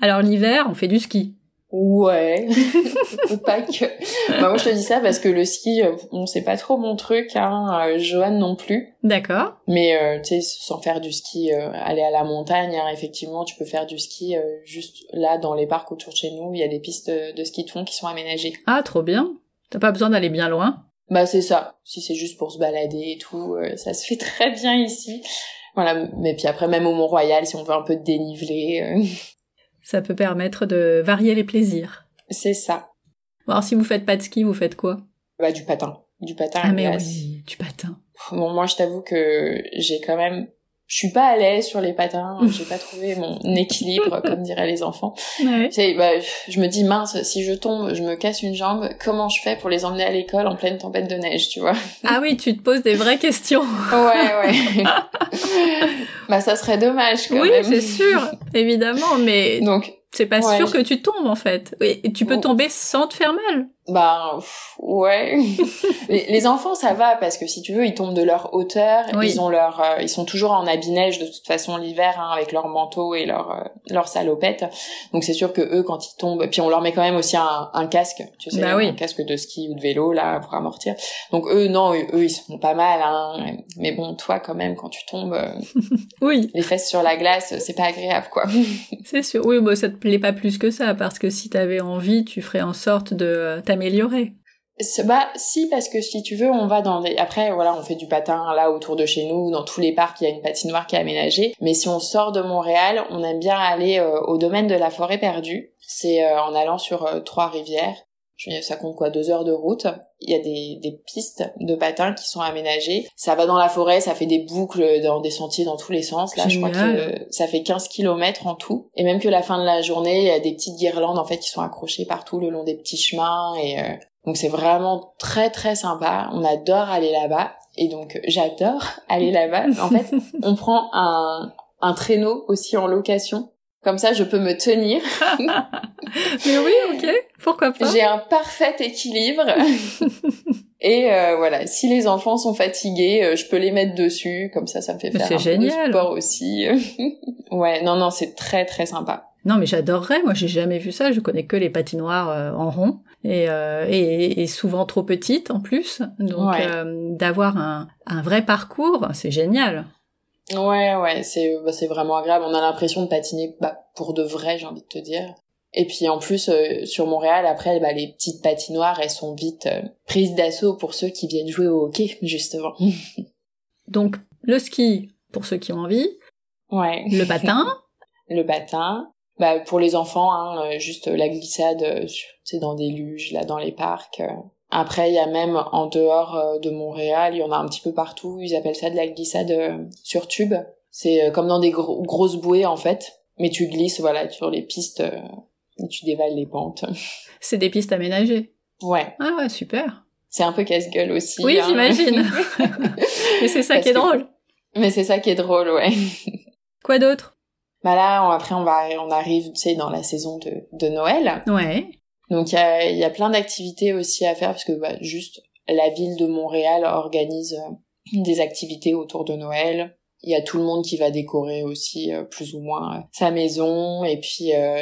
Alors l'hiver, on fait du ski. Ouais. Ou pas que. Bah, moi, je te dis ça parce que le ski, euh, on sait pas trop mon truc, hein. euh, Johan non plus. D'accord. Mais, euh, tu sais, sans faire du ski, euh, aller à la montagne, hein, effectivement, tu peux faire du ski euh, juste là, dans les parcs autour de chez nous. Il y a des pistes de ski de fond qui sont aménagées. Ah, trop bien. T'as pas besoin d'aller bien loin. Bah, c'est ça. Si c'est juste pour se balader et tout, euh, ça se fait très bien ici. Voilà. Mais puis après, même au Mont-Royal, si on veut un peu de dénivelé, euh, Ça peut permettre de varier les plaisirs. c'est ça. Bon, Alors si vous faites pas de ski, vous faites quoi Bah, du patin. Du patin à Ah mais glace. oui, du patin. Bon, moi, je t'avoue que j'ai quand même... Je suis pas à l'aise sur les patins, j'ai pas trouvé mon équilibre, comme diraient les enfants. Ouais. Tu sais, bah, je me dis, mince, si je tombe, je me casse une jambe, comment je fais pour les emmener à l'école en pleine tempête de neige, tu vois Ah oui, tu te poses des vraies questions. Ouais, ouais. bah, ça serait dommage, quand Ah bah oui, même. c'est sûr, évidemment, mais Donc, c'est pas Ouais. sûr que tu tombes en fait. Et et tu peux Oh. tomber sans te faire mal. bah, pff, ouais. les, les enfants, ça va, parce que si tu veux, ils tombent de leur hauteur, Oui. ils ont leur... euh, ils sont toujours en habit neige, de toute façon, l'hiver, hein, avec leur manteau et leur, euh, leur salopette. Donc, c'est sûr que eux, quand ils tombent... Puis, on leur met quand même aussi un, un casque, tu sais, Bah oui. un casque de ski ou de vélo, là, pour amortir. Donc, eux, non, eux, eux, ils sont pas mal, hein. Mais bon, toi, quand même, quand tu tombes, euh, Oui, les fesses sur la glace, c'est pas agréable, quoi. c'est sûr. Oui, bah, ça te plaît pas plus que ça, parce que si t'avais envie, tu ferais en sorte de euh, t'améliorer. C'est- Bah si parce que si tu veux on va dans des après voilà on fait du patin là autour de chez nous dans tous les parcs il y a une patinoire qui est aménagée mais si on sort de Montréal on aime bien aller euh, au domaine de la forêt perdue c'est euh, en allant sur trois rivières je veux dire, ça compte quoi deux heures de route il y a des, des pistes de patin qui sont aménagées ça va dans la forêt ça fait des boucles dans des sentiers dans tous les sens là je crois Génial. que euh, ça fait 15 kilomètres en tout et même que la fin de la journée il y a des petites guirlandes en fait qui sont accrochées partout le long des petits chemins et euh, donc c'est vraiment très très sympa. On adore aller là-bas et donc j'adore aller là-bas. En fait, on prend un, un traîneau aussi en location. Comme ça, je peux me tenir. Mais oui, ok, pourquoi pas. J'ai un parfait équilibre. Et euh, voilà, si les enfants sont fatigués, euh, je peux les mettre dessus. Comme ça, ça me fait Mais faire c'est un peu génial. de sport aussi. ouais, non, non, c'est très très sympa. Non, mais j'adorerais. Moi, j'ai jamais vu ça. Je connais que les patinoires euh, en rond et, euh, et, et souvent trop petites en plus. Donc, Ouais. euh, d'avoir un, un vrai parcours, c'est génial. Ouais, ouais, c'est bah, c'est vraiment agréable. On a l'impression de patiner bah, pour de vrai, j'ai envie de te dire. Et puis en plus, euh, sur Montréal, après, bah, les petites patinoires, elles sont vite euh, prises d'assaut pour ceux qui viennent jouer au hockey, justement. Donc, le ski pour ceux qui ont envie, Ouais. le patin. Le patin. Bah, pour les enfants, hein, euh, juste euh, la glissade, euh, sur- tu sais, dans des luges, là, dans les parcs. euh. Après, il y a même en dehors euh, de Montréal, il y en a un petit peu partout. Ils appellent ça de la glissade euh, sur tube. C'est euh, comme dans des gro- grosses bouées, en fait. Mais tu glisses, voilà, sur les pistes euh, et tu dévales les pentes. C'est des pistes aménagées. Ouais, Ah ouais, super. c'est un peu casse-gueule aussi. Oui, hein. j'imagine. Mais c'est ça Parce qui est que- drôle. Mais c'est ça qui est drôle, ouais. Quoi d'autre Bah là, on- après, on va, on arrive, tu sais, dans la saison de, de Noël. Ouais. Donc il y a, il y a plein d'activités aussi à faire parce que bah, juste la ville de Montréal organise euh, des activités autour de Noël. Il y a tout le monde qui va décorer aussi euh, plus ou moins euh, sa maison et puis euh,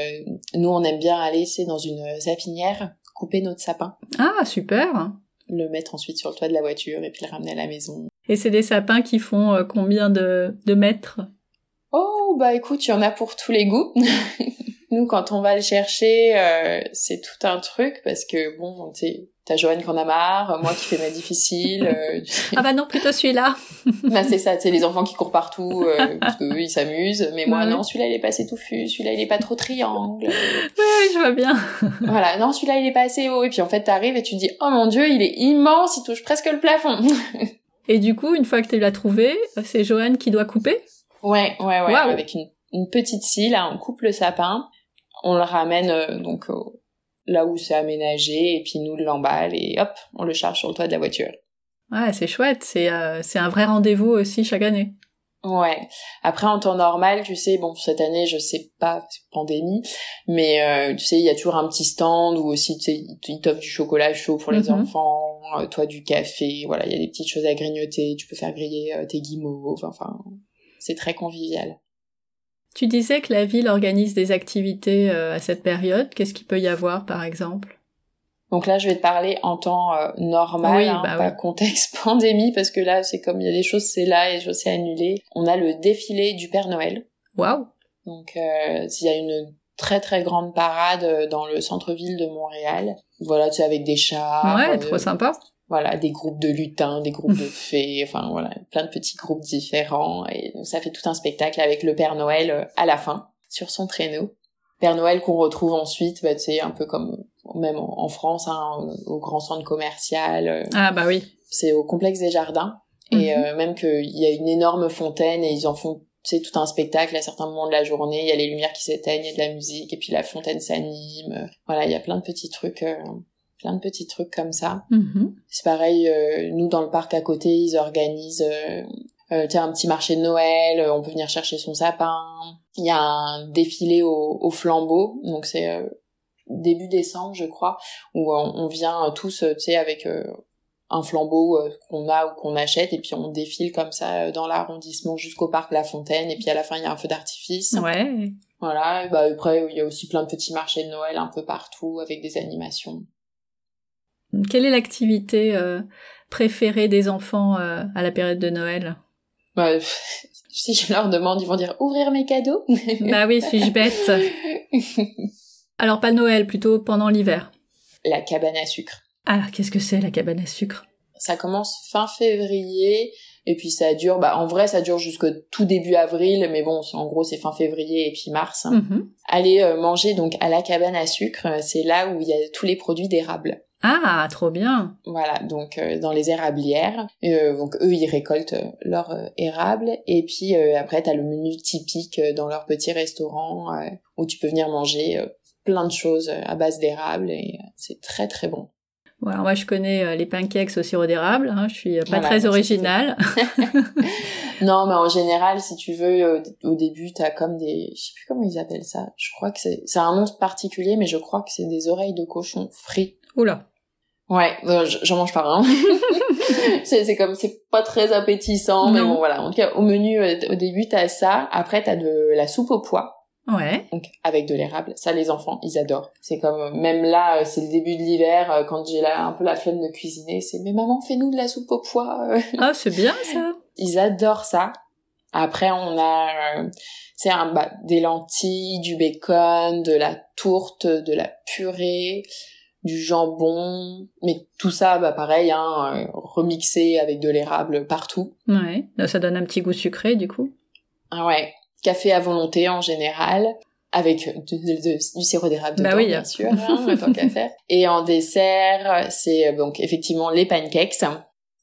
nous on aime bien aller c'est dans une euh, sapinière couper notre sapin, Ah, super. le mettre ensuite sur le toit de la voiture et puis le ramener à la maison. Et c'est des sapins qui font euh, combien de, de mètres Oh bah écoute, il y en a pour tous les goûts. Nous, quand on va le chercher, euh, c'est tout un truc parce que bon, tu sais, t'as Joanne qui en a marre, moi qui fais ma difficile. euh, Ah bah non, plutôt celui-là. bah c'est ça, c'est les enfants qui courent partout euh, parce que eux, ils s'amusent, mais moi Ouais. non, celui-là il est pas assez touffu, celui-là il est pas trop triangle. Oui, oui, je vois bien. voilà, non, celui-là il est pas assez haut et puis en fait t'arrives et tu te dis "Oh mon dieu, il est immense, il touche presque le plafond." Et du coup, une fois que tu l'as trouvé, c'est Joanne qui doit couper ouais, ouais, ouais, Waouh. avec une, une petite scie là, on coupe le sapin, on le ramène euh, donc au- là où c'est aménagé et puis nous l'emballe et hop, on le charge sur le toit de la voiture. Ouais, c'est chouette. C'est euh, c'est un vrai rendez-vous aussi chaque année. Ouais. Après, en temps normal, tu sais, bon, cette année, je sais pas, parce que pandémie, mais euh, tu sais, il y a toujours un petit stand où aussi, tu sais, ils t- ils t'offrent du chocolat chaud pour les Mhm. enfants, euh, toi du café, voilà, il y a des petites choses à grignoter, tu peux faire griller euh, tes guimauves, enfin, c'est très convivial. Tu disais que la ville organise des activités euh, à cette période. Qu'est-ce qu'il peut y avoir, par exemple donc là, je vais te parler en temps euh, normal, Oui, hein, bah pas oui. contexte pandémie, parce que là, c'est comme il y a des choses, c'est là et des choses, c'est annulé. On a le défilé du Père Noël. Waouh Donc, euh, il y a une très très grande parade euh, dans le centre-ville de Montréal. Voilà, tu sais, avec des chars, Ouais, euh, trop sympa. voilà, des groupes de lutins, des groupes de fées, enfin voilà, plein de petits groupes différents. Et donc ça fait tout un spectacle avec le Père Noël euh, à la fin, sur son traîneau. Père Noël qu'on retrouve ensuite, bah, tu sais, un peu comme même en en France, hein, au grand centre commercial, euh, Ah bah oui. c'est au complexe des jardins. Et Mhm. euh, même qu'il y a une énorme fontaine et ils en font c'est tout un spectacle à certains moments de la journée, il y a les lumières qui s'éteignent, il y a de la musique et puis la fontaine s'anime. Voilà, il y a plein de petits trucs euh, plein de petits trucs comme ça. Mhm. C'est pareil, euh, nous dans le parc à côté, ils organisent euh, euh, tiens, un petit marché de Noël, euh, on peut venir chercher son sapin. Il y a un défilé au, au flambeau, donc c'est euh, début décembre, je crois, où euh, on vient tous, euh, tu sais, avec euh, un flambeau euh, qu'on a ou qu'on achète, et puis on défile comme ça euh, dans l'arrondissement jusqu'au parc La Fontaine, et puis à la fin, il y a un feu d'artifice. Mhm. Ouais. Voilà, et bah après, il y a aussi plein de petits marchés de Noël un peu partout, avec des animations. Quelle est l'activité euh, préférée des enfants euh, à la période de Noël Bah, pff, si je leur demande, ils vont dire ouvrir mes cadeaux. Bah oui, suis-je bête Alors pas Noël, plutôt pendant l'hiver. la cabane à sucre. Ah, qu'est-ce que c'est la cabane à sucre Ça commence fin février et puis ça dure. Bah en vrai, ça dure jusqu'au tout début avril, mais bon, c'est- en gros, c'est fin février et puis mars. Mhm. Aller euh, manger donc à la cabane à sucre, euh, c'est là où il y a tous les produits d'érable. Ah, trop bien. Voilà, donc euh, dans les érablières. Euh, donc eux, ils récoltent euh, leur euh, érable. Et puis euh, après, t'as le menu typique euh, dans leur petit restaurant euh, où tu peux venir manger euh, plein de choses euh, à base d'érable. Et euh, c'est très très bon. Voilà, moi je connais euh, les pancakes au sirop d'érable, hein, je suis euh, pas Voilà, très donc originale. Non, mais en général, si tu veux, euh, au début, t'as comme des... Je sais plus comment ils appellent ça. Je crois que c'est... C'est un nom particulier, mais je crois que c'est des oreilles de cochon frites. Oula. Ouais, euh, j- j'en mange pas vraiment. c'est c'est comme c'est pas très appétissant, mais Non. bon voilà. En tout cas, au menu euh, au début t'as ça, après t'as de la soupe au pois, Ouais. donc avec de l'érable. Ça les enfants ils adorent. C'est comme euh, même là euh, c'est le début de l'hiver euh, quand j'ai là un peu la flemme de cuisiner, c'est mais maman fais-nous de la soupe au pois. euh. Ah, c'est bien ça. Ils adorent ça. Après on a euh, c'est un bah, des lentilles, du bacon, de la tourte, de la purée, du jambon, mais tout ça bah pareil hein, euh, remixé avec de l'érable partout. Ouais. Là, Ça donne un petit goût sucré du coup. Ah ouais, café à volonté en général avec de- de- de- du sirop d'érable Bah dedans, oui. bien sûr, hein, tant qu'à faire. Et en dessert, c'est euh, donc effectivement les pancakes.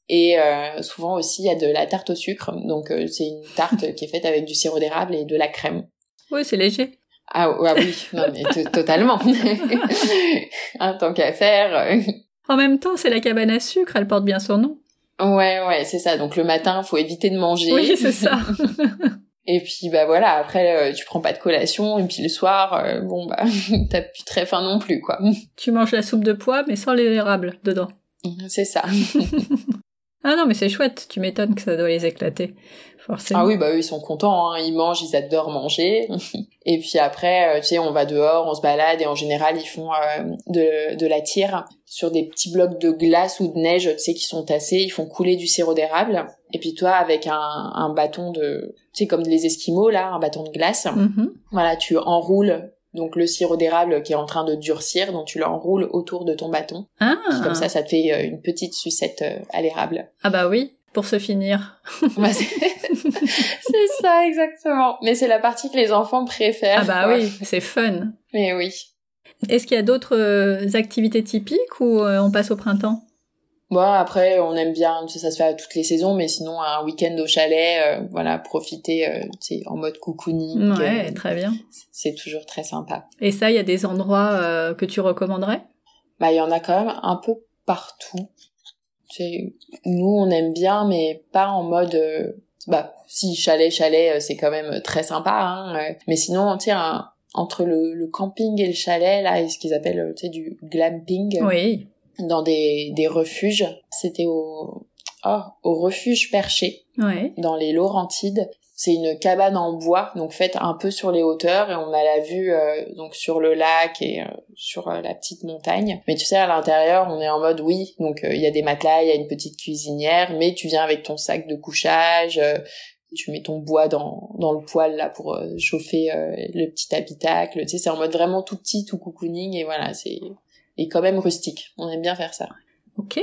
Et euh, souvent aussi, il y a de la tarte au sucre. Donc, euh, c'est une tarte qui est faite avec du sirop d'érable et de la crème. Oui, c'est léger. Ah, ouais, oui, non, mais to- totalement. Un tant qu'à faire. euh, En même temps, c'est la cabane à sucre, elle porte bien son nom. Ouais, ouais, c'est ça. Donc le matin, faut éviter de manger. Oui, c'est ça. Et puis bah voilà, après euh, tu prends pas de collation et puis le soir, euh, bon bah t'as plus très faim non plus quoi. tu manges la soupe de pois, mais sans l'érable dedans. C'est ça. Ah non, mais c'est chouette, tu m'étonnes que ça doit les éclater. Forcément. Ah oui, bah eux ils sont contents, hein. ils mangent, ils adorent manger. Et puis après, euh, tu sais, on va dehors, on se balade et en général ils font euh, de, de la tire sur des petits blocs de glace ou de neige, tu sais, qui sont tassés, ils font couler du sirop d'érable. Et puis toi avec un, un bâton de, tu sais, comme les Esquimaux là, un bâton de glace. Mhm. Voilà, tu enroules donc le sirop d'érable qui est en train de durcir, donc tu l'enroules autour de ton bâton. Puis Ah. Comme ça, ça te fait euh, une petite sucette euh, à l'érable. Ah bah oui, pour se finir. Bah, c'est c'est ça, exactement. Mais c'est la partie que les enfants préfèrent. Ah bah quoi. oui, c'est fun. Mais oui. Est-ce qu'il y a d'autres euh, activités typiques ou euh, on passe au printemps Bon, après, on aime bien, tu sais, ça se fait à toutes les saisons, mais sinon, un week-end au chalet, euh, voilà, profiter, euh, tu sais, en mode cocooning. Ouais, euh, très bien. c'est toujours très sympa. Et ça, il y a des endroits euh, que tu recommanderais bah il y en a quand même un peu partout. C'est nous on aime bien mais pas en mode euh, bah si chalet chalet euh, c'est quand même très sympa hein. euh. Mais sinon tu sais un- entre le, le camping et le chalet là et ce qu'ils appellent euh, tu sais du glamping euh, Oui. dans des des refuges, c'était au oh, au refuge perché Ouais. dans les Laurentides. C'est une cabane en bois, donc faite un peu sur les hauteurs et on a la vue euh, donc sur le lac et euh, sur euh, la petite montagne. Mais tu sais, à l'intérieur, on est en mode oui, donc euh, il y a des matelas, il y a une petite cuisinière, mais tu viens avec ton sac de couchage, euh, tu mets ton bois dans, dans le poêle là pour euh, chauffer euh, le petit habitacle. Tu sais, c'est en mode vraiment tout petit, tout cocooning et voilà, c'est et quand même rustique. On aime bien faire ça. Ok,